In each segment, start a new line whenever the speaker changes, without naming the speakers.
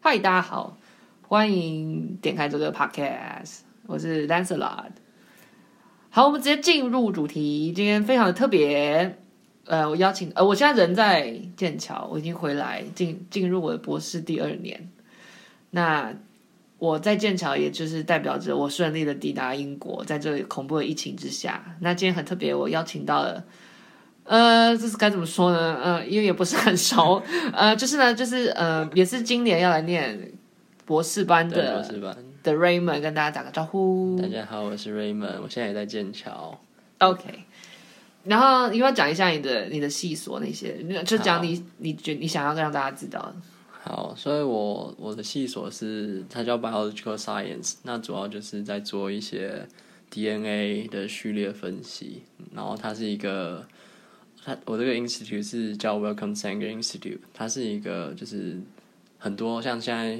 嗨，大家好，欢迎点开这个 podcast，我是 Lancelot。好，我们直接进入主题，今天非常的特别。呃，我邀请呃，我现在人在剑桥，我已经回来进进入我的博士第二年。那我在剑桥，也就是代表着我顺利的抵达英国，在这恐怖的疫情之下。那今天很特别，我邀请到了，呃，这是该怎么说呢？呃，因为也不是很熟，呃，就是呢，就是呃，也是今年要来念博士班
对，
的
我是吧？
的 Raymond 跟大家打个招呼。
大家好，我是 Raymond，我现在也在剑桥。
OK，然后你要讲一下你的你的细所那些，就讲你你觉你想要让大家知道的。
好，所以我我的系所是它叫 Biological Science，那主要就是在做一些 DNA 的序列分析，然后它是一个，它我这个 institute 是叫 Wellcome Sanger Institute，它是一个就是很多像现在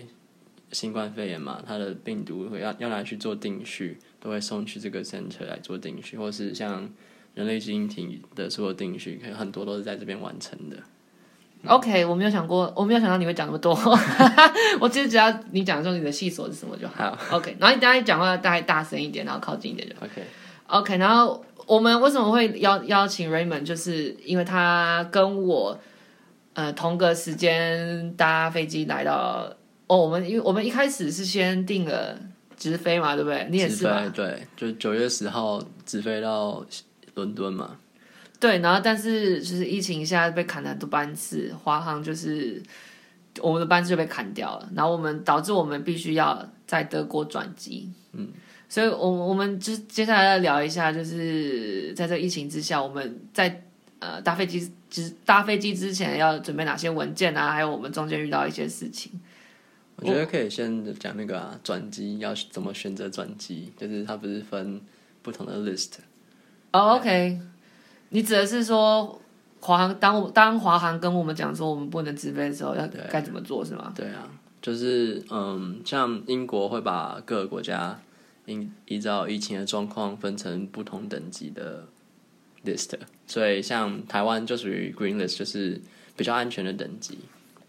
新冠肺炎嘛，它的病毒会要要拿去做定序，都会送去这个 center 来做定序，或是像人类基因体的所有定序，很多都是在这边完成的。
OK，我没有想过，我没有想到你会讲那么多。 我其实只要你讲说你的细所是什么就好。OK，然后你等一下讲话大概大声一点，然后靠近一点。
OK。
OK，然后我们为什么会邀邀请 Raymond，就是因为他跟我呃同个时间搭飞机来到哦，我们因为我们一开始是先订了直飞嘛，对不对？你也是
直飞对，就九月十号直飞到伦敦嘛。
对，然后但是就是疫情一下被砍了很多班次，华航就是我们的班次就被砍掉了，然后我们导致我们必须要在德国转机。嗯，所以我我们就接下来要聊一下，就是在这疫情之下，我们在呃搭飞机之搭飞机之前要准备哪些文件啊，还有我们中间遇到一些事情。
我觉得
哦
可以先讲那个啊，转机要怎么选择转机，就是它不是分不同的 list，
哦、o k 你指的是说华航当我当华航跟我们讲说我们不能直飞的时候要
对
该怎么做是吗？
对啊，就是嗯，像英国会把各个国家依依照疫情的状况分成不同等级的 list，所以像台湾就属于 green list，就是比较安全的等级，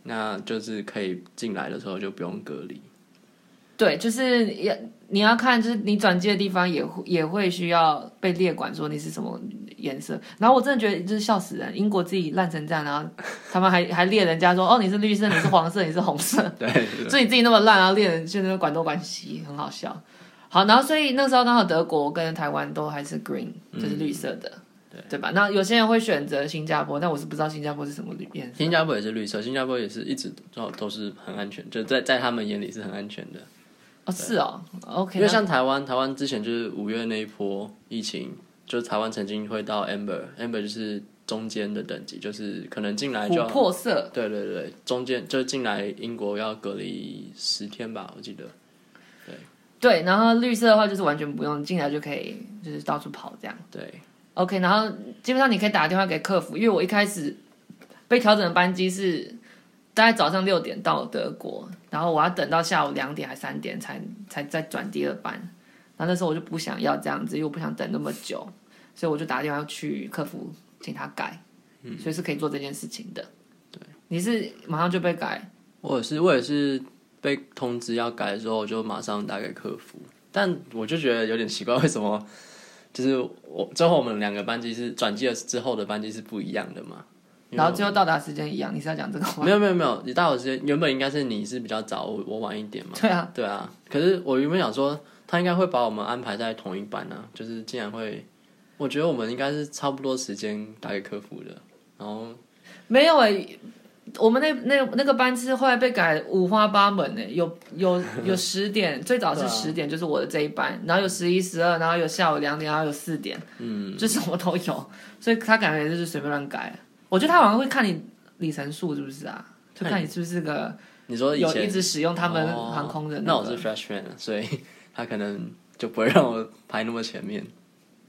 那就是可以进来的时候就不用隔离。
对，就是要你要看，就是你转机的地方也会也会需要被列管，说你是什么颜色。然后我真的觉得就是笑死人，英国自己烂成这样，然后他们还还列人家说，哦，你是绿色，你是黄色，你是红色，
对，
所以你自己那么烂，然后列人就在那管东管西，很好笑。好，然后所以那时候刚好德国跟台湾都还是 green，就是
嗯
绿色的，对对吧？那有些人会选择新加坡，但我是不知道新加坡是什么绿颜色。
新加坡也是绿色，新加坡也是一直都都是很安全，就在在他们眼里是很安全的。
哦，是哦，OK，
因为像台湾，台湾之前就是五月那一波疫情，就是台湾曾经会到 amber，amber 就是中间的等级，就是可能进来就
琥珀色。
对对对，中间就进来英国要隔离十天吧，我记得。
对，然后绿色的话就是完全不用进来就可以，就是到处跑这样。
对，
OK，然后基本上你可以打电话给客服，因为我一开始被调整的班机是大概早上六点到德国，然后我要等到下午两点还三点才才再转第二班。然后那时候我就不想要这样子，因为我不想等那么久，所以我就打电话去客服请他改，所以是可以做这件事情的。对，你是马上就被改。
我也是，我也是被通知要改之后，我就马上打给客服，但我就觉得有点奇怪，为什么？就是我最后我们两个班机是转机了之后的班机是不一样的嘛？因为
然后最后到达时间一样，你是要讲这个吗？
没有没有没有，你大我时间原本应该是你是比较早，我我晚一点嘛。
对啊，
对啊，可是我原本想说他应该会把我们安排在同一班啊，就是竟然会，我觉得我们应该是差不多时间打给客服的，然后
没有哎、我们那那那个班次后来被改五花八门哎、有有有 十点，最早是
对啊
十点，就是我的这一班，然后有十一、十二，然后有下午两点，然后有四点，嗯，就什么都有，所以他感觉就是随便乱改。我觉得他好像会看你里程数是不是啊？就看你是不是个
你说以
有
前
一直使用他们
哦
航空的、那
那我
个
是 freshman，所以他可能就不会让我排那么前面，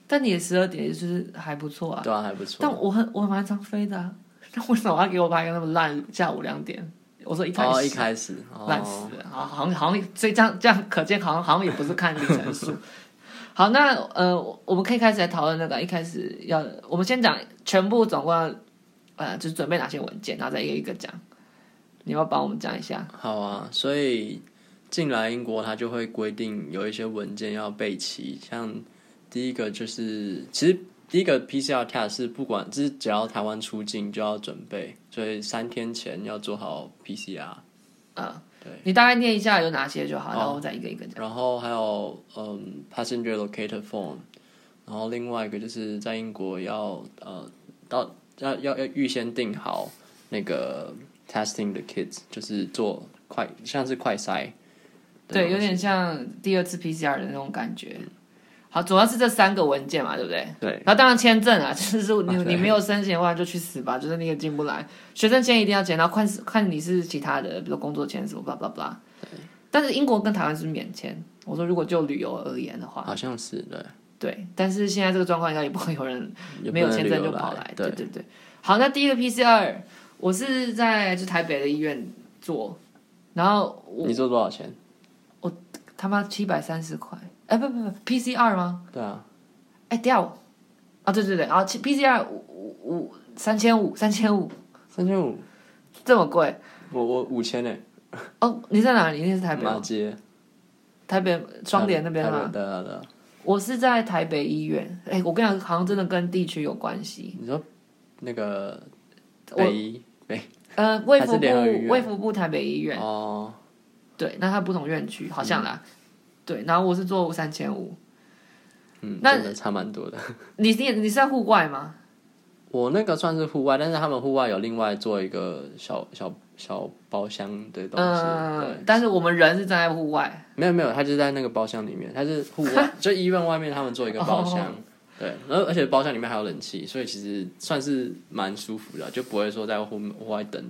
但你也十二点，也就是还不错啊。
对啊，还不错。
但我很我蛮常飞的、啊， 那为什么要给我排个那么烂下午两点？我说一开始
哦，一开始，
烂
哦，
死了，好，好像好像，所以这样这样可见，好像好像也不是看里程数。 好，那呃，我我们可以开始来讨论那个一开始要，我们先讲全部总共要，呃，就是准备哪些文件，然后再一个一个讲。你要帮我们讲一下。
好啊，所以进来英国，它就会规定有一些文件要备齐，像第一个就是，其实第一个 PCR test 是不管，就是只要台湾出境就要准备，所以三天前要做好 PCR，
嗯，
对，哦
你大概念一下有哪些就好，然后我再一个一个。
然后还有嗯 passenger locator form，然后另外一个就是在英国要呃到要要要预先定好那个 testing 的 kits，就是做快像是快筛，
对，有点像第二次 PCR 的那种感觉。好，主要是这三个文件嘛，对不对？
对。
然后当然签证啊， 就是你
啊
你
对
没有申请的话就去死吧，就是你也进不来。学生签一定要签，然后看是看你是其他的，比如工作签什么，blah blah blah。但是英国跟台湾是免签。我说如果就旅游而言的话，
好像是对，
对。但是现在这个状况应该也不会有人
也
嗯
不
没有
能
签证
留
就跑
来，
对
对，
对对。好，那第一个 PCR，我是在就台北的医院做，然后我
你做多少钱？
他妈七百三十块，哎、不不不，PCR 吗？
对啊，
哎、掉我啊，对对对，然后 PCR 五五五三千五三千五
三千五，
这么贵
我我五千呢，
哦？你在哪里？你是台北吗
马街
台北双连那边
台北
吗？
对啊对啊，
我是在台北医院。哎、我跟你讲，好像真的跟地区有关系。
你说那个
我
北医
呃，卫
还是
福部
联合医院
卫福部台北医院，
哦，
对，那它不同院区好像啦。对，然后我是做三千五。
嗯，
那
真的差蛮多的。
你你你是在户外吗？
我那个算是户外，但是他们户外有另外做一个小小小包厢的东西，
嗯，但是我们人是站在户外。
对，没有没有，他就是在那个包厢里面，他是户 外，就医院外面他们做一个包
哦
厢。对，然后而且包厢里面还有冷气，所以其实算是蛮舒服的，就不会说在户户 外等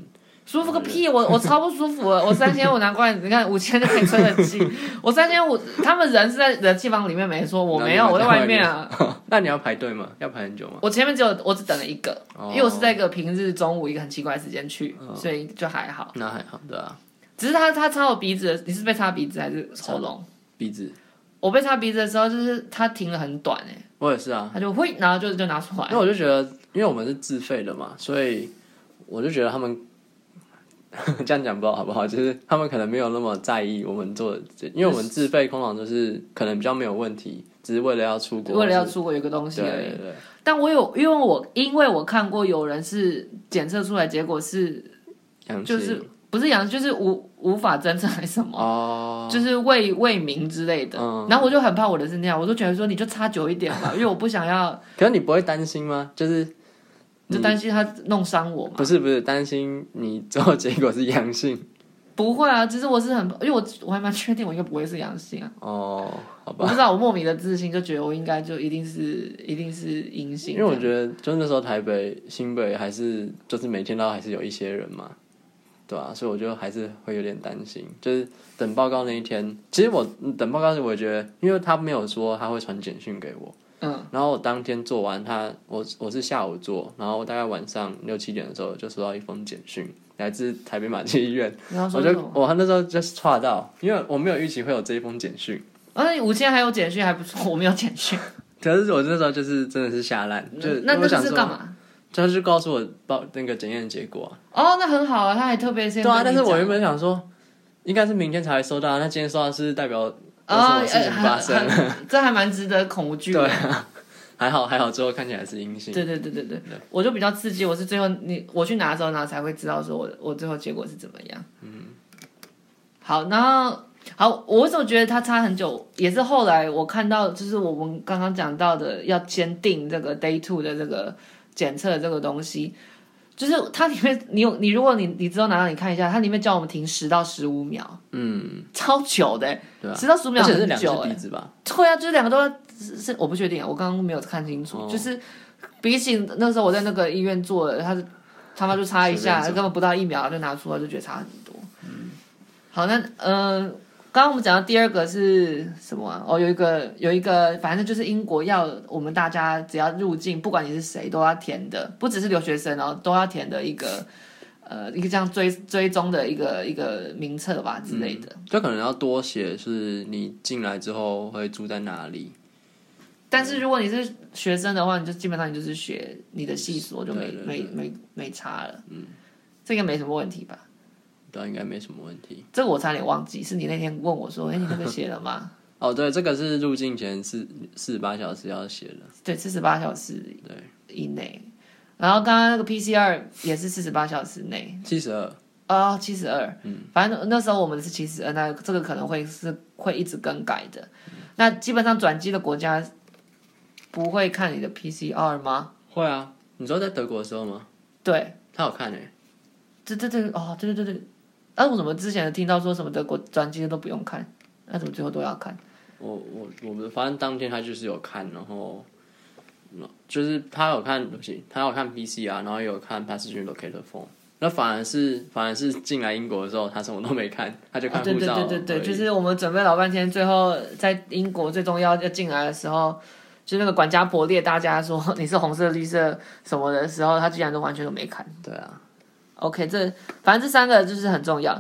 舒服个屁！我我超不舒服了，我三千五难怪你看五千就可以吹冷气， 我三千五，他们人是在冷气房里面没错，我没有，
然后
我
你
在
们
外面啊。
那你要排队吗？要排很久吗？
我前面只有我只等了一个，
哦
因为我是在一个平日中午一个很奇怪的时间去，
嗯
所以就还好。
那还好，对啊，
只是他他插我鼻子的，你是被插鼻子还是喉咙？
鼻子，
我被插鼻子的时候，就是他停了很短哎、
我也是啊。
他就会，然后就就拿出来。
那我就觉得，因为我们是自费的嘛，所以我就觉得他们 这样讲不知道好不好，就是他们可能没有那么在意我们做的这，因为我们自费空档就是可能比较没有问题，只是为了要出国，
为了要出国有个东西
对
而已。
对对，
但我有，因为我因为我看过有人是检测出来结果是
阳性
就是不是阳，就是无无法侦测还是什么，
哦，
就是未未明之类的。
嗯
然后我就很怕我的是那样，我就觉得说你就插久一点 吧，因为我不想要，
可是你不会担心吗？就是
就担心他弄伤我嘛。
不是不是担心你最后结果是阳性
不会啊，其实我是很，因为我我还蛮确定我应该不会是阳性啊。
哦，
我
好吧。
不知道，我莫名的自信就觉得我应该就一定是一定是阴性，
因为我觉得，就那时候台北、新北还是就是每天都还是有一些人嘛，对啊，所以我就还是会有点担心，就是等报告那一天。其实我嗯等报告时，我觉得，因为他没有说他会传简讯给我，
嗯，
然后我当天做完他，我我是下午做，然后大概晚上六七点的时候就收到一封简讯，来自台北马偕医院，
然后
我
说什
就
么？
我那时候就是岔到，因为我没有预期会有这一封简讯，
而啊且五千还有简讯还不错，我没有简讯，可
可是我那时候就是真的是吓烂，就
嗯那
我
那
想
是
说
干嘛？
就他就告诉我报那个检验结果、啊。
哦，那很好啊，他还特别先
对啊，
跟
但
你
是我
讲
原本想说，应该是明天才会收到啊，那今天收到是代表有什
啊，
么事情发生？
呃很很这还蛮值得恐惧的。
对啊，还好还好，最后看起来是阴性。
对对对对对，我就比较刺激，我是最后你我去拿的时候，然后才会知道说我我最后结果是怎么样。嗯，好，然后好，我为什么觉得它差很久，也是后来我看到，就是我们刚刚讲到的，要先定这个 day two 的这个检测这个东西，就是它里面你有你如果你你之后拿到你看一下，它里面叫我们停十到十五秒，
嗯，
超久的、欸
对啊，
十到十五秒
而且是
很
两只
久哎、
鼻子吧？
对啊，就是两个都要是是，我不确定啊，我刚刚没有看清楚。就是比起那时候我在那个医院做的，他是他妈就擦一下，
随
根本不到一秒就拿出来，就觉得差很多。好，那嗯、呃刚刚我们讲到第二个是什么啊、哦，有一个有一个，反正就是英国要我们大家只要入境，不管你是谁，都要填的，不只是留学生哦，都要填的一个呃一个这样追追踪的一个一个名册吧之类的。
嗯就可能要多写，是你进来之后会住在哪里？
但是如果你是学生的话，你就基本上你就是学你的系所，就没
对对
没没没差了。嗯，这个没什么问题吧？
对啊，应该没什么问题。
这个我差点忘记，是你那天问我说：“哎，你那个写了吗
哦，对，这个是入境前四四十八小时要写的，？”
对，四十八小时
对，
以内。然后刚刚那个 PCR 也是四十八小时内，
七十二，
啊，七十二，
嗯
反正那时候我们是七十二，那这个可能会是会一直更改的。
嗯
那基本上转机的国家不会看你的 PCR 吗？
会啊。你说在德国的时候吗？
对，
他有看诶、
这这这哦，对对对对，啊，我怎么之前听到说什么德国转机的都不用看，那怎么最后都要看？
我我我们反正当天他就是有看，然后，嗯就是他有看，对不起，他有看 PCR，然后也有看 passenger locator form。那反而是反而是进来英国的时候，他什么都没看， 他就看
啊对
护
对
照而已、
对对对，就是我们准备老半天，最后在英国最重要要进来的时候。就那个管家婆列大家说 你是红色、绿色什么的时候，他竟然都完全都没看。
对啊，
OK，这反正这三个就是很重要。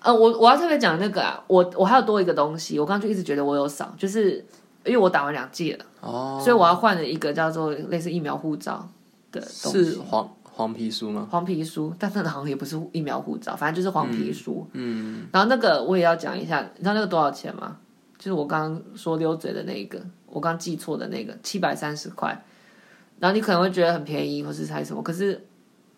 呃，我我要特别讲那个啊，我我还有多一个东西，我刚刚就一直觉得我有少，就是因为我打完两剂了，
哦，
所以我要换了一个叫做类似疫苗护照的东西，
是黄黄皮书吗？
黄皮书，但那个好像也不是疫苗护照，反正就是黄皮书。嗯，然后那个我也要讲一下，你知道那个多少钱吗？就是我刚刚说溜嘴的那一个，我刚记错的那个，七百三十块。然后你可能会觉得很便宜，或是猜什么，可是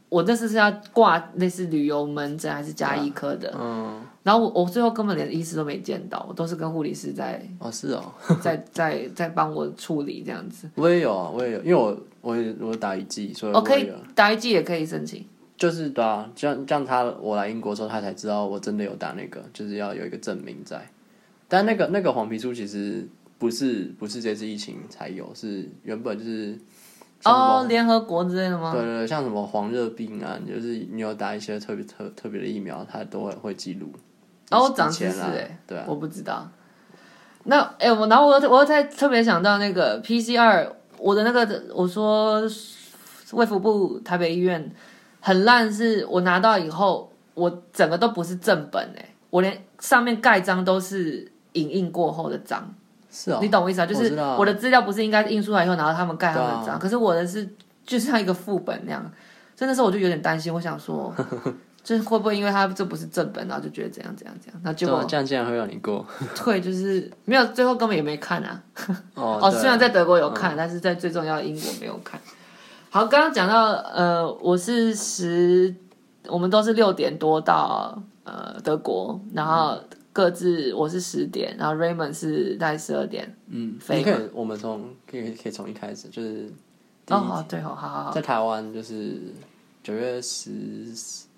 我那次是要挂类似旅游门诊还是加医科的，
嗯，
然后我我最后根本连医师都没见到，我都是跟护理师在
哦是哦，
在在在帮我处理这样子。
我也有啊，我也有，因为我我也我打一剂，所以
我哦
我
可
也
以
有。
打一剂也可以申请。
就是对啊，这样这样他我来英国的时候，他才知道我真的有打那个，就是要有一个证明在。但那个那个黄皮书其实不是不是这次疫情才有，是原本就是像什么
哦，联合国之类的吗？
对对对，像什么黄热病啊，就是你有打一些特别特特别的疫苗，它都会会记录。
哦，我
以
长知
前
识
啦
哎，
对啊，
我不知道。那哎、我然后我又我又在特别想到那个 PCR，我的那个我说卫福部台北医院很烂，是我拿到以后，我整个都不是正本哎、我连上面盖章都是影印过后的章，
是哦，
你懂我意思啊？就
我
是
知道啊
我的资料不是应该印出来以后，然后他们盖他们
对
的
啊
章，可是我的是就像一个副本那样。所以那时候我就有点担心，我想说， 就是会不会因为他这不是正本，然后就觉得怎样怎样怎样，那结
对
果
啊这样竟然会让你 过
退就是没有，最后根本也没看啊。
哦
哦，
对啊
虽然在德国有看，但是在最重要的英国没有看。好，刚刚讲到呃，我是十，我们都是六点多到呃德国，然后各自我是十点，然后 Raymond 是大概十二点。
嗯，
飞
你可以我们从可以可以从一开始就是第
哦，
一
好，对哦，好好好。
在台湾就是九月十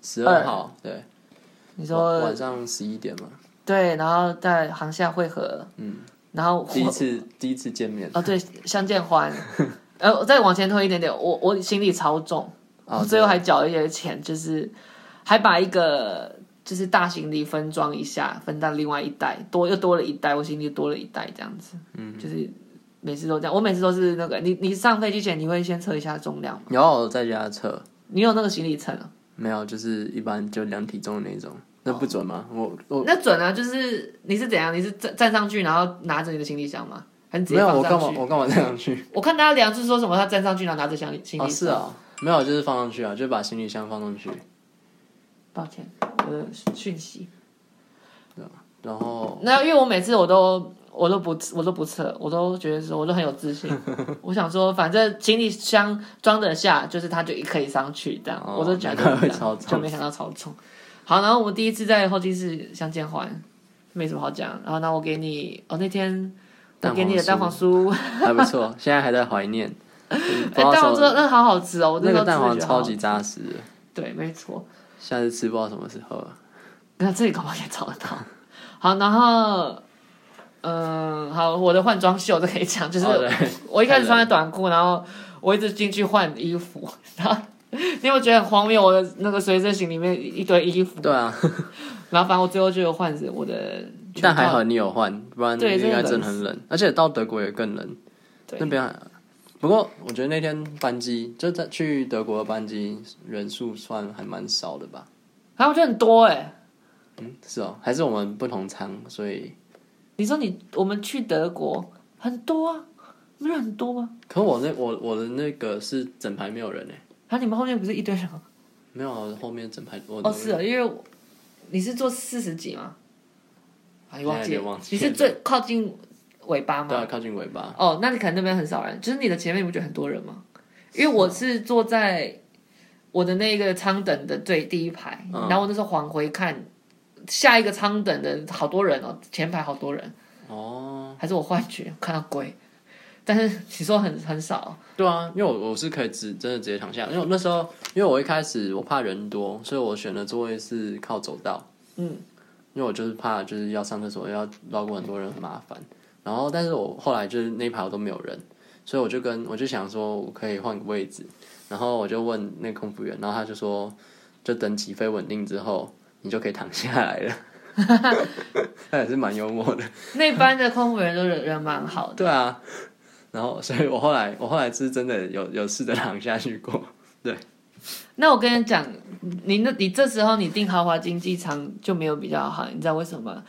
十二号，对，
你
晚
说
晚上十一点嘛，
对，然后在航厦汇合，
嗯，
然后
第一次第一次见面
哦对，相见 欢。呃，我再往前推一点点，我我行李超重。我
啊，
最后还缴了一些钱，就是还把一个就是大行李分装一下，分到另外一袋，多又多了一袋，我行李多了一袋这样子。嗯，就是每次都这样，我每次都是那个，你你上飞机前你会先测一下重量，
然后啊我在家测，
你有那个行李秤啊？
没有，就是一般就量体重的那种，那不准吗？我我
那准啊，就是你是怎样？你是站站上去，然后拿着你的行李箱吗？还是直
没
接
有，
放
我干
上去？
嘛我干嘛这样去？
我看大家量是说什么，他站上去然后拿着行李行
哦，
李
是
箱。
啊，没有，就是放上去啊，就把行李箱放上去，
抱歉，我的讯息。
啊然后
那因为我每次我都我都不我都不测，我都觉得说我都很有自 信。我想说，反正行李箱装得下，就是它就可以上去这样。
哦
我都觉得
难怪会
这样
超重
就没想到超重。好，然后我们第一次在候机室相见欢，没什么好讲。然后呢，我给你，哦，那天我
蛋
给你的蛋
黄
黄酥，
还不错，现在还在怀 念。嗯不
哎，
知道
蛋
什
黄酥
么
那好好吃哦，我
那
时候
个
吃
蛋
就
黄
觉得好
超级扎实的，
对，没错。
下次吃不知道什么时候了。
那这里搞不好也找得到。好，然后，嗯，好，我的换装秀都可以讲，就是
哦对
我一开始穿的短裤，然后我一直进去换衣服， 然后你有没有觉得很荒谬？我的那个随身行里面一堆衣服，
对啊，
然后反正我最后就有换着我的全套，
但还好你有换，不然
对
应该
真
真
的
的很冷，而且到德国也更冷。
对
那边还不过我觉得那天班机就在去德国的班机人数算还蛮少的吧？
然后我觉得很多哎、
嗯，是哦，还是我们不同舱，所以
你说你我们去德国很多啊，不是很多欸吗？
可我那我我的那个是整排没有人诶、
哦然后你们后面不是一堆人吗？
没有后面整排我
哦，是啊，因为你是做四十几吗？啊，你忘
现在
记
哎有
了？
点忘记
你是最靠近尾巴吗？
对啊，靠近尾巴。
哦，那你可能那边很少人，就是你的前面，你不觉得很多人吗？因为我是坐在我的那个舱等的最第一排，然后我那时候往回看，下一个舱等的好多人哦，前排好多人，
哦，
还是我幻觉看到鬼，但是你说很很少，
对啊，因为我我是可以直真的直接躺下，因为我那时候因为我一开始我怕人多，所以我选的座位是靠走道。嗯，因为我就是怕就是要上厕所要绕过很多人很麻烦。然后，但是我后来就是那一排我都没有人，所以我就跟我就想说我可以换个位置，然后我就问那个空服员，然后他就说就等起飞稳定之后，你就可以躺下 来了。他也是蛮幽默的。
那班的空服员都人人蛮好的，
对啊，然后所以我后来我后来是真的有有试着躺下去过，
那我跟你讲，你那你这时候你订豪华经济舱就没有比较好，你知道为什么吗？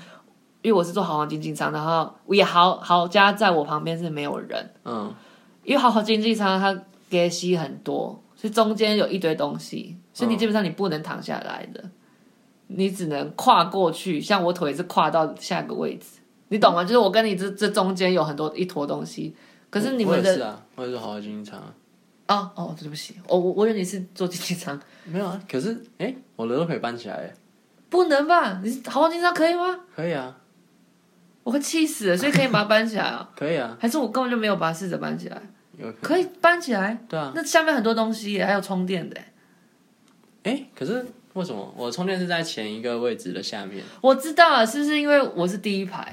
因为我是坐豪华经济舱，然后也豪豪家在我旁边是没有人，
嗯，
因为豪华经济舱它给吸很多，所以中间有一堆东西，
嗯
所以你基本上你不能躺下来的，你只能跨过去，像我腿是跨到下个位置，你
嗯
懂吗？就是我跟你这这中间有很多一坨东西，可是你
我
们
也
的
是啊，我也是好好经常啊
哦哦，对不起，我我我以为你是坐经济舱。
没有啊，可是哎、我的都可以搬起来耶，
不能吧？你是豪华金章可以吗？
可以啊，
我快气死了，所以可以把它搬起 来啊？
可以啊，
还是我根本就没有把它试着搬起来？
有
可以搬起来？
对啊，
那下面很多东西耶，还有充电的耶。
哎、可是为什么我充电是在前一个位置的下面？
我知道了，是不是因为我是第一排？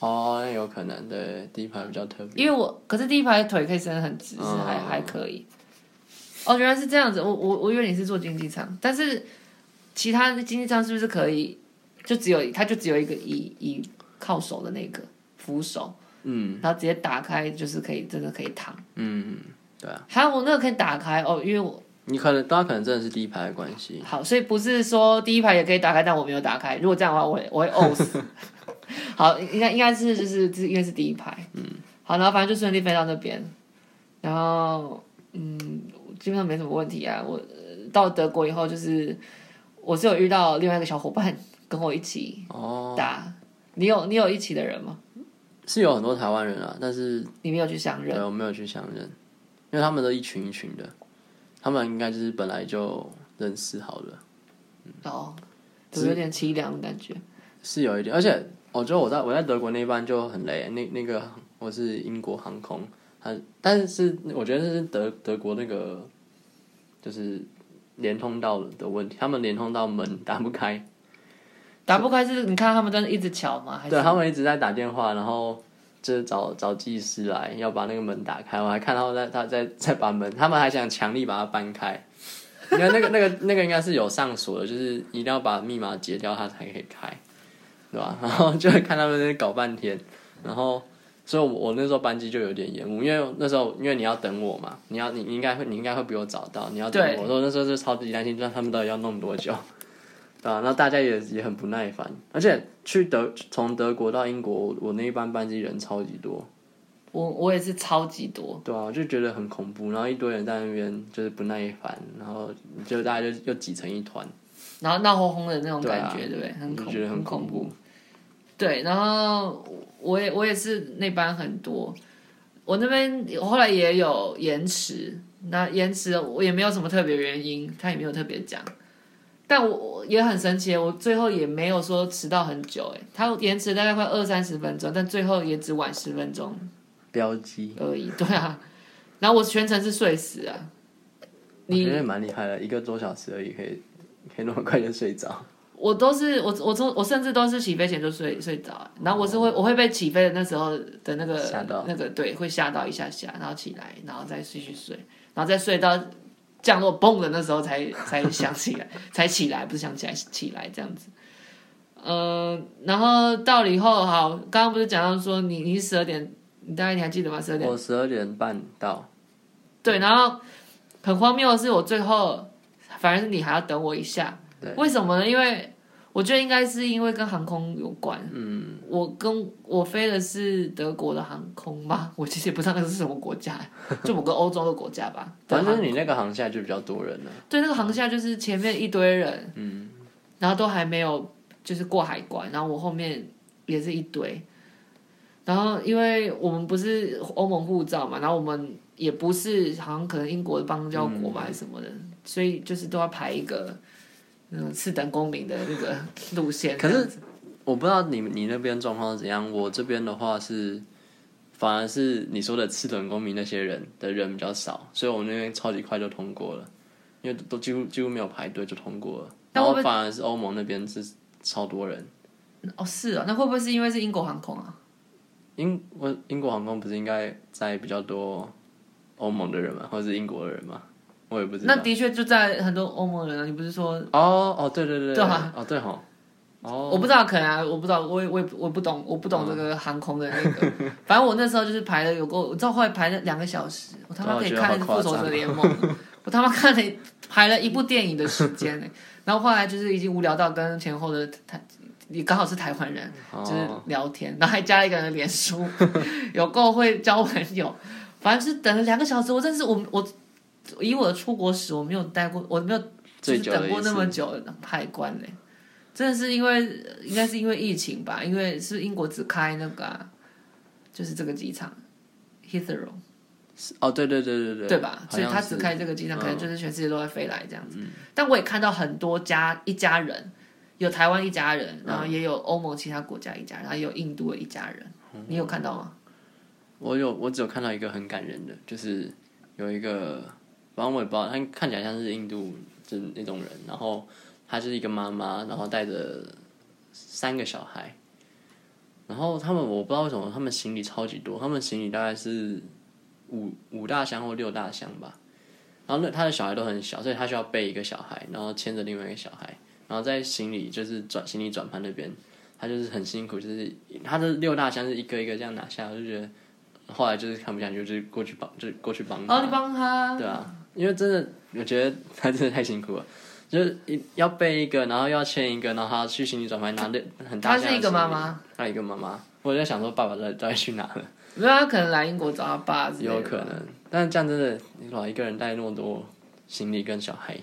哦，那有可能，对，第一排比较特别。
因为我可是第一排腿可以伸得很直，是还、
嗯
还可以。哦，原来是这样子。我我我以为你是坐经济舱，但是其他的经济舱是不是可以？就只有它就只有一个以以靠手的那个扶手，
嗯
然后直接打开就是可以真的可以躺。
嗯，对啊，
还有我那个可以打开哦，因为我
你可能大家可能真的是第一排的关系，
好，所以不是说第一排也可以打开，但我没有打开。如果这样的话，我会我会呕 死。好，应该应该是就是就是因为是第一排，嗯，好，然后反正就顺利飞到那边，然后嗯，基本上没什么问题啊。我呃到德国以后，就是我是有遇到另外一个小伙伴跟我一起
哦，
打，你有你有一起的人吗？
是有很多台湾人啊，但是
你没有去相认，
对，我没有去相认，因为他们都一群一群的，他们应该就是本来就认识好了，嗯
哦，怎么有点凄凉的感觉？
是有一点。而且我觉得我在我在德国那一班就很累，那那个我是英国航空，它但是我觉得这是德德国那个就是连通道的问题，他们连通道门打不开，
打不开是你看他们在那一直瞧吗？啊还是
对啊他们一直在打电话，然后。就是找找技师来，要把那个门打开。我还看到在他在在把门，他们还想强力把它搬开。因为那个那个那个应该是有上锁的，就是一定要把密码解掉，它才可以开，对吧？ 然后就会看他们在那边搞半天，然后所以我，我那时候班机就有点延误，因为那时候因为你要等我嘛，你要你你应该会你应该会比我早到，你要等我，所以我那时候就超级担心，不知道他们到底要弄多久，对吧、然后大家也也很不耐烦，而且去德从德国到英国，我我那一班班机人超级多，
我我也是超级多。
对啊，就觉得很恐怖，然后一堆人在那边就是不耐烦，然后就大家就又挤成一团。
然后闹哄哄的那种
对
感
啊
觉，对不对？很
你
恐，
觉得很恐
恐
怖。
对，然后我也我也是那班很多，我那边我后来也有延迟，那延迟我也没有什么特别原因，他也没有特别讲。但我我也很神奇，我最后也没有说迟到很久，哎，他延迟大概快二三十分钟，但最后也只晚十分钟
标机，
而已，对啊。然后我全程是睡死啊，你
我觉得蛮厉害的，一个多小时而已，可以可以那么快就睡着。
我都是我我从我甚至都是起飞前就睡睡着了，然后我是会我会被起飞的那时候的那个
哦吓到
那个对会吓到一下下，然后起来，然后再继续睡，然后再睡到降落嘣的那时候才才想起来， 才起来不是想起来起来这样子。嗯，然后到了以后，好，刚刚不是讲到说你你十二点，你大概你还记得啊吗？十二点
我十二点半到，
对，然后很荒谬的是，我最后反而是你还要等我一下，
对，
为什么呢？因为我觉得应该是因为跟航空有关。嗯，我跟我飞的是德国的航空嘛， 我其实也不知道那个是什么国家，就某个欧洲的国家吧。
反正就是你那个航下就比较多人了。
对，那个航厦就是前面一堆人，嗯，然后都还没有就是过海关，然后我后面也是一堆。然后因为我们不是欧盟护照嘛，然后我们也不是好像可能英国的邦交国
嗯
嘛还是什么的，所以就是都要排一个嗯次等公民的那个路线。
可是我不知道你你那边状况是怎样，我这边的话是，反而是你说的次等公民那些人的人比较少，所以我们那边超级快就通过了，因为都都几乎几乎没有排队就通过了。
那
然
会
后反而是欧盟那边是超多人，
哦是哦，那会不会是因为是英国航空啊？
英我英国航空不是应该载比较多欧盟的人吗，或者是英国的人吗？我也不知道
那。的确就在很多欧盟人啊，你不是说
哦哦，对对对，
对啊
哦对吼，哦
我不知道，可能、啊、我不知道，我也我也我不懂，我不懂这个航空的那 个。反正我那时候就是排了有够，我知道后来排了两个小时，我他妈可以
对啊我觉得
看《
好夸
复
张
仇者联盟》了， 我他妈看了排了一部电影的时间呢、欸然后后来就是已经无聊到跟前后的台，也刚好是台湾人，
哦
啊就是聊天，然后还加了一个人的脸书， 有够会交朋友。反正就是等了两个小时，我真是我我以我的出国史，我没有待过，我没有就
最
是
久的
等
一
过
次
那么久的海关嘞、真的是因为应该是因为疫情吧，因为是英国只开那个啊、就是这个机场 Heathrow
是哦对对对对对，
对吧？所以
他
他只开这个机场，
嗯
可能就是全世界都在飞来这样子。但我也看到很多家一家人，有台湾一家人，然后
嗯
也有欧盟其他国家一家人，然后也有印度的一家人。
哦
你有看到吗？
我有我只有看到一个很感人的，就是有一个，反正我也不知道，他看起来像是印度就是那种人，然后他就是一个妈妈，然后带着三个小孩，然后他们我不知道为什么他们行李超级多，他们行李大概是五五大箱或六大箱吧，然后那他的小孩都很小，所以他需要背一个小孩，然后牵着另外一个小孩，然后在行李就是转行李转盘那边，他就是很辛苦，就是他的六大箱是一个一个这样拿下来，我就觉得后来就是看不下去，就是过去帮，就是过去帮他。
哦，你帮他，
对啊，因为真的，我觉得他真的太辛苦了，就是一要背一个，然后要签一个，然后还要去行李转盘拿的很大
他
箱的
是一个妈
行李，
妈，
他一个妈妈。我在想说，爸爸到底到底去哪了？
没有他可能来英国找他爸之类的，
有可能，但是这样真的，你老一个人带那么多行李跟小孩，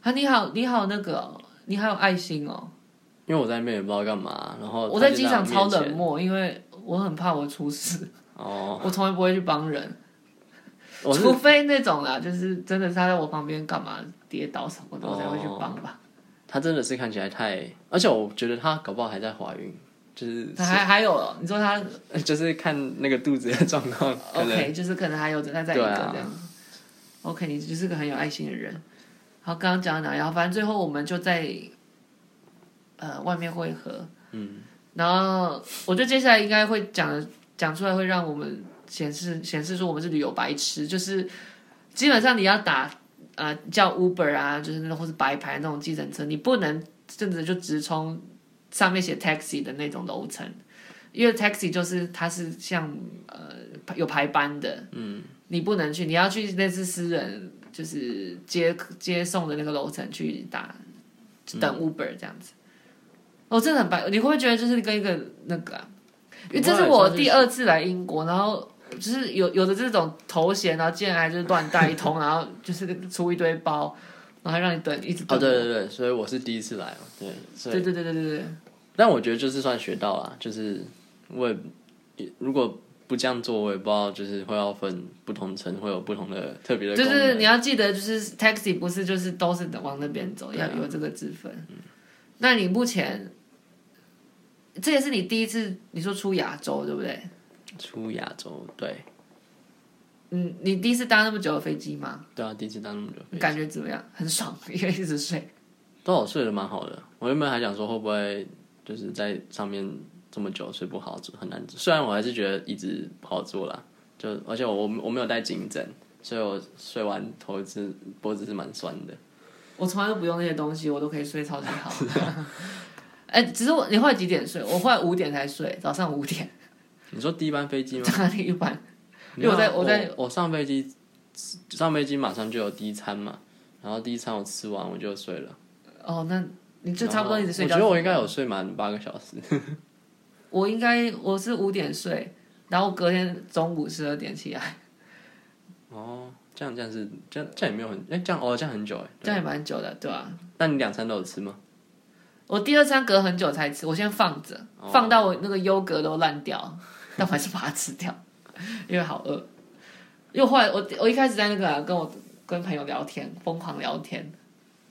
啊，你好，你好，那个哦、你好有爱心哦。
因为我在那边也不知道干嘛，然后
我
哦他
在
就
机
我
场超
面前
冷漠，因为我很怕我出事，
哦，
我从来不会去帮人，
我是
除非那种啦，就是真的是他在我旁边干嘛跌倒什么的，我才会去帮
哦
吧。
他真的是看起来太，而且我觉得他搞不好还在怀孕，就是
他还还有哦，你说他
就是看那个肚子的状况，嗯可能
OK，就是可能还有他在一个
对啊
这样子。OK，你就是个很有爱心的人。好，刚刚讲到哪？然后反正最后我们就在呃外面汇合，嗯，然后我觉得接下来应该会讲讲出来，会让我们显示显示出我们是旅游白痴，就是基本上你要打呃叫 Uber 啊，就是那种或是白牌那种计程车，你不能甚至就直冲上面写 taxi 的那种楼层。因为 taxi 就是它是像呃有排班的，嗯，你不能去，你要去那是私人就是接接送的那个楼层去打
嗯
等 Uber 这样子。哦，真的很白，你会不会觉得就是跟一个那个、啊？因为这是我第二次来英国，然后就是有有的这种头衔，然后竟然还就是乱带一通，然后就是出一堆包，然后还让你等一直
哦，
等。
对对对，所以我是第一次来嘛，对，所以
对对对对对对，
但我觉得就是算学到啦，就是我也也如果不这样做，我也不知道就是会要分不同层会有不同的特别的
就
功能，
是你要记得，就是 taxi 不是就是都是往那边走，
对啊嗯
要有这个之分。那你目前这也是你第一次你说出亚洲对不对？
出亚洲，对
嗯，你第一次搭那么久的飞机吗？
对啊，第一次当那么久飞
你感觉怎么样？很爽，因为一直 睡。
都好睡得蛮好的。我原本还想说会不会就是在上面这么久睡不好，很难。虽然我还是觉得椅子不好坐啦，就而且我我我没有带颈枕，所以我睡完头是脖子是蛮酸的。
我从来都不用那些东西，我都可以睡超级好。 哎、只是我你后来几点睡？我后来五点才睡，早上五点。
你说第一班飞机吗？
哪里一般？因为我在
没有啊
我
我
在
我上飞机，上飞机马上就有第一餐嘛，然后第一餐我吃完我就睡了，
哦，那你就差不多一直睡觉。
然后我觉得我应该有睡满八个小时。
我应该我是五点睡，然后隔天中午十二点起来，
哦，这样这样是这样这样也没有很哎、这样哦这样很久哎、
这样也蛮久的，对吧、啊
那你两餐都有吃吗？
我第二餐隔很久才吃，我先放着，
哦
放到我那个优格都烂掉， 但我还是把它吃掉， 因为好饿。因为我后来我我一开始在那个、啊、跟我跟朋友聊天，疯狂聊天，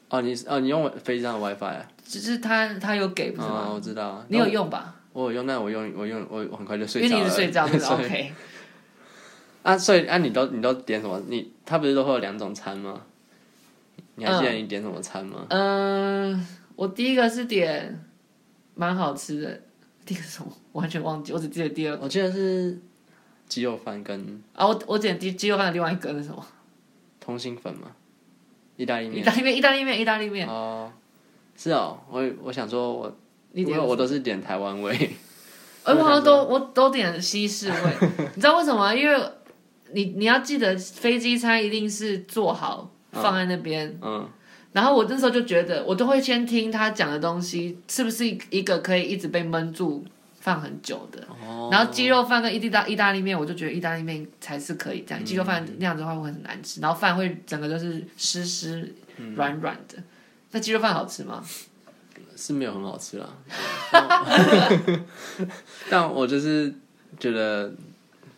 哦，你是哦，你用飞机上的 WiFi 啊？
就是他他有给不是吗？
哦，我知道啊。
你有用吧？
我有用，那我用我用我我很快就
因
睡
为
着
你一
了。
直睡 觉，对吧
所以
？OK，
啊，所以啊，你都你都点什么？你他不是都会有两种餐吗？你还记得你点什么餐吗？
嗯、我第一个是点蛮好吃的，第一个是什么？我完全忘记，我只记得第二
我记得是鸡肉饭跟
啊，我我点鸡鸡肉饭的另外一个是什么？
通心粉嘛，意大利
意
面。
大利面，意大利面，意大利面，
哦，是哦，我我想说我，
你
因
点
为我都是点台湾味。
哎，我好像都我都点西式 味，你知道为什么吗？因为你你要记得飞机餐一定是做好放在那边，
嗯，
然后我那时候就觉得我都会先听他讲的东西是不是一个可以一直被闷住放很久 的，
哦，
然后鸡肉饭跟意大意大利面，我就觉得意大利面才是可以这样，鸡肉饭那样子的话会很难吃，然后饭会整个都是湿湿软软
嗯
的。那鸡肉饭好吃吗？
是没有很好吃啦。 但我就是觉得，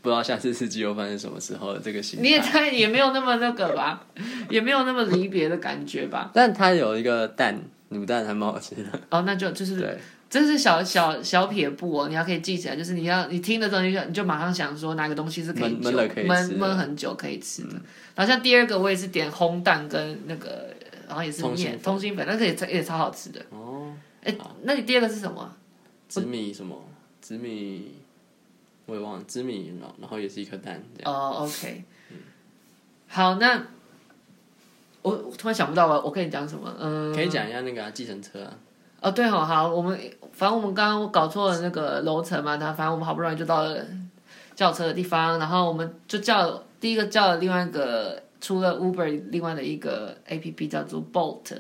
不知道下次吃鸡肉饭是什么时候这个心
你也
态。
太也没有那么那个吧，也没有那么离别的感觉吧。
但它有一个蛋卤蛋还蛮好吃的，
哦，那就就是
对，
这是小小小撇步哦，你要可以记起来，就是你要你听的东西就你就马上想说哪个东西是可以久
闷闷了可以
闷
吃的嗯
闷很久可以吃的。然后像第二个我也是点烘蛋跟那个，然后也是
通心
面通心粉，那个也也超好吃的。
哦，
哎，那你第二个是什么？
紫米什么紫米，我也忘了紫米，然后然后也是一颗蛋这样。
哦，OK，好，那我我突然想不到我我跟你讲什么，嗯，
可以讲一下那个啊计程车啊，
哦，对哦，好，我们反正我们刚刚搞错了那个楼层嘛，他反正我们好不容易就到了叫车的地方，然后我们就叫第一个叫了另外一个除了 Uber 另外的一个 APP 叫做 Bolt，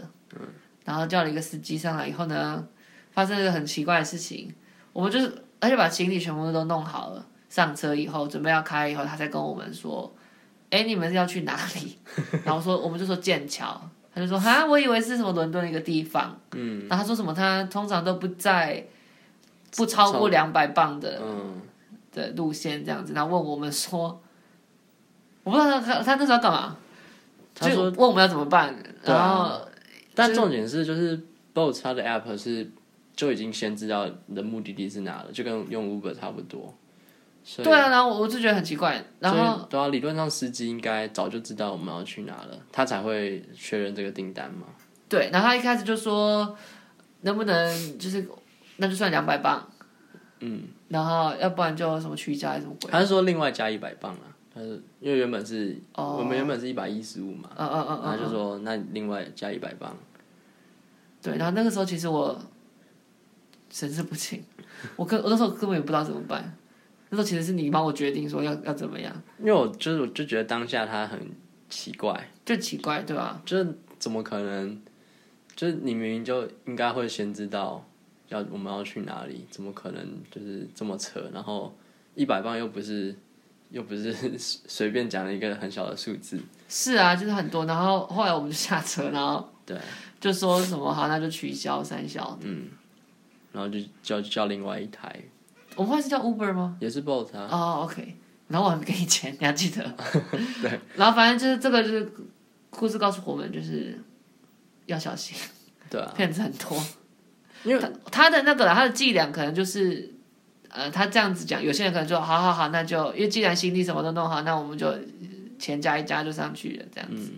然后叫了一个司机上来以后呢，发生了一个很奇怪的事情，我们就是而且把行李全部都弄好了，上车以后准备要开以后，他才跟我们说，哎，你们是要去哪里？然后说我们就说剑桥，他就说哈，我以为是什么伦敦的一个地方。
嗯，
然后他说什么？他通常都不在不超过两百磅的
嗯，
的路线这样子。然后问我们说，我不知道他他他那时候干嘛，
他
就问我们要怎么办。
对啊
然后
但重点是就是 Bolt 它的 app 是就已经先知道你的目的地是哪了，就跟用 Uber 差不多，所以
对啊，然后我我就觉得很奇怪。然后
所以对啊，理论上司机应该早就知道我们要去哪了，他才会确认这个订单嘛。
对，然后他一开始就说能不能就是那就算两百磅，嗯，然后要不然就什么取消还是什么鬼。
他是说另外加一百磅啊，他是因为原本是、
哦
我们原本是一百一十五嘛，
嗯嗯嗯
然后
嗯，
就说那另外加一百磅，
对，然后那个时候其实我神志不清，我根我那时候根本也不知道怎么办。那时候其实是你帮我决定说要要怎么样，
因为我就是我就觉得当下他很奇怪。
就奇怪对吧？
就是怎么可能？就是你明明就应该会先知道要我们要去哪里，怎么可能就是这么扯？然后一百磅又不是又不是 随便讲了一个很小的数字，
是啊，就是很多。然后后来我们就下车，然后
对，
就说什么好，那就取消三消。
嗯，然后就叫叫另外一台，
我们后来是叫 Uber 吗？
也是 Bolt 啊，
哦，OK、o k 然后我还没给你钱，你还记 得？对。然后反正就是这个，就是故事告诉我们，就是要小心，
对啊，
骗子很多。
因为
他他的那个啦他的伎俩可能就是，呃，他这样子讲，有些人可能就好好好，那就因为既然行李什么都弄好，那我们就呃钱加一加就上去了，这样子。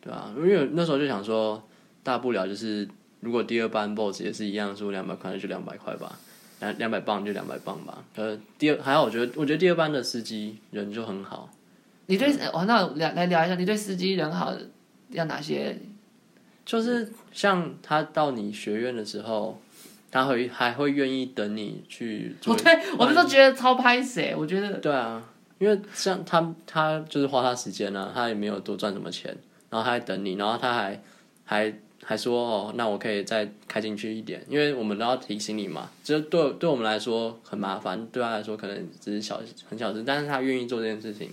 对啊，因为那时候就想说，大不了就是如果第二班 boss 也是一样输两百块，那就两百块吧，两两百磅就两百磅吧。呃，第二还好，我觉得我觉得第二班的司机人就很好，
你对，
嗯
哦，那我聊来聊一下，你对司机人好要哪些？
就是像他到你学院的时候，他会还会愿意等你去
我
做。
对我那时候觉得超拍谁，我觉得
对啊，因为像他他就是花他时间啊，他也没有多赚什么钱，然后他还等你，然后他还还还说哦，那我可以再开进去一点，因为我们都要提醒你嘛，就是对对我们来说很麻烦，对他来说可能只是小很小事，但是他愿意做这件事情，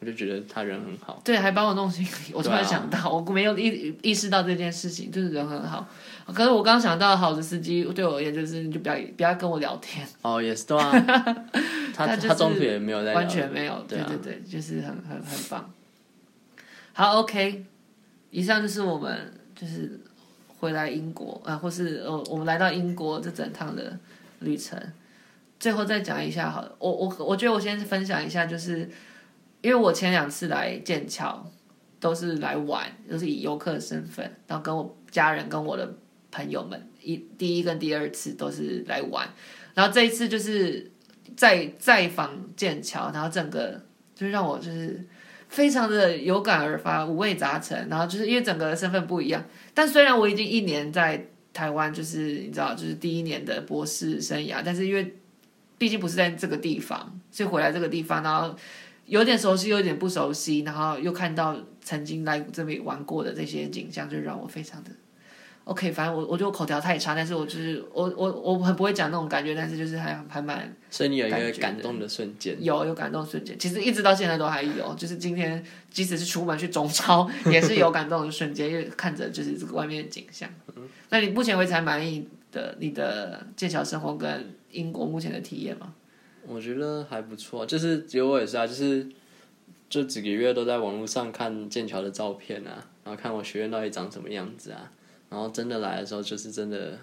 我就觉得他人很好。
对，还帮我弄行李。我突然
对啊
想到，我没有意意识到这件事情，就是人很好。可是我刚想到，好的司机对我而言就是，你就不要不要跟我聊天，
哦，也是对 啊，他
他就是
他中途也没有在聊
完全没有。对
对啊
对对，就是很很很棒。好，OK，以上就是我们就是回来英国啊、呃或是呃，我们来到英国这整趟的旅程。最后再讲一下好了，我我我觉得我先分享一下，就是因为我前两次来剑桥都是来玩，就是以游客的身份，然后跟我家人跟我的朋友们一第一跟第二次都是来玩，然后这一次就是再再访剑桥，然后整个就让我就是非常的有感而发，五味杂陈，然后就是呃因为整个身份不一样，但虽然我已经一年在台湾，就是你知道，就是第一年的博士生涯，但是因为毕竟不是在这个地方，所以回来这个地方，然后。有点熟悉，有点不熟悉，然后又看到曾经来这里玩过的这些景象，就让我非常的 OK。反正我我就口条太差，但是我就是我我我很不会讲那种感觉，但是就是还还蛮
所以你有一
感
个
觉
感动的瞬间，
有有感动瞬间，其实一直到现在都还有，就是今天即使是出门去中超，也是有感动的瞬间，因为看着就是这个外面的景象。
嗯
那你目前为止还满意的你的剑桥生活跟英国目前的体验吗？
我觉得还不错。就是其实我也是啊，就是这几个月都在网络上看剑桥的照片啊，然后看我学院到底长什么样子啊，然后真的来的时候，就是真的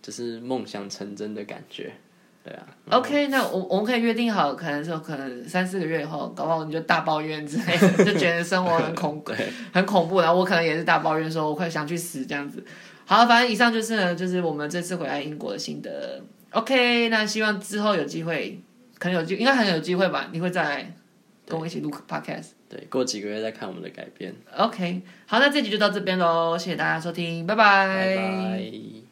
就是梦想成真的感觉，对啊。
OK，那我我们可以约定好，可能说可能三四个月以后，搞不好你就大抱怨之类的，就觉得生活很 恐很恐怖，然后我可能也是大抱怨说，我快想去死这样子。好，反正以上就是呢，就是我们这次回来英国的心得。OK，那希望之后有机会，可能有机应该很有机会吧，你会再来跟我一起录 Podcast。
对，过几个月再看我们的改变。
OK，好，那这集就到这边喽，谢谢大家收听，拜
拜拜。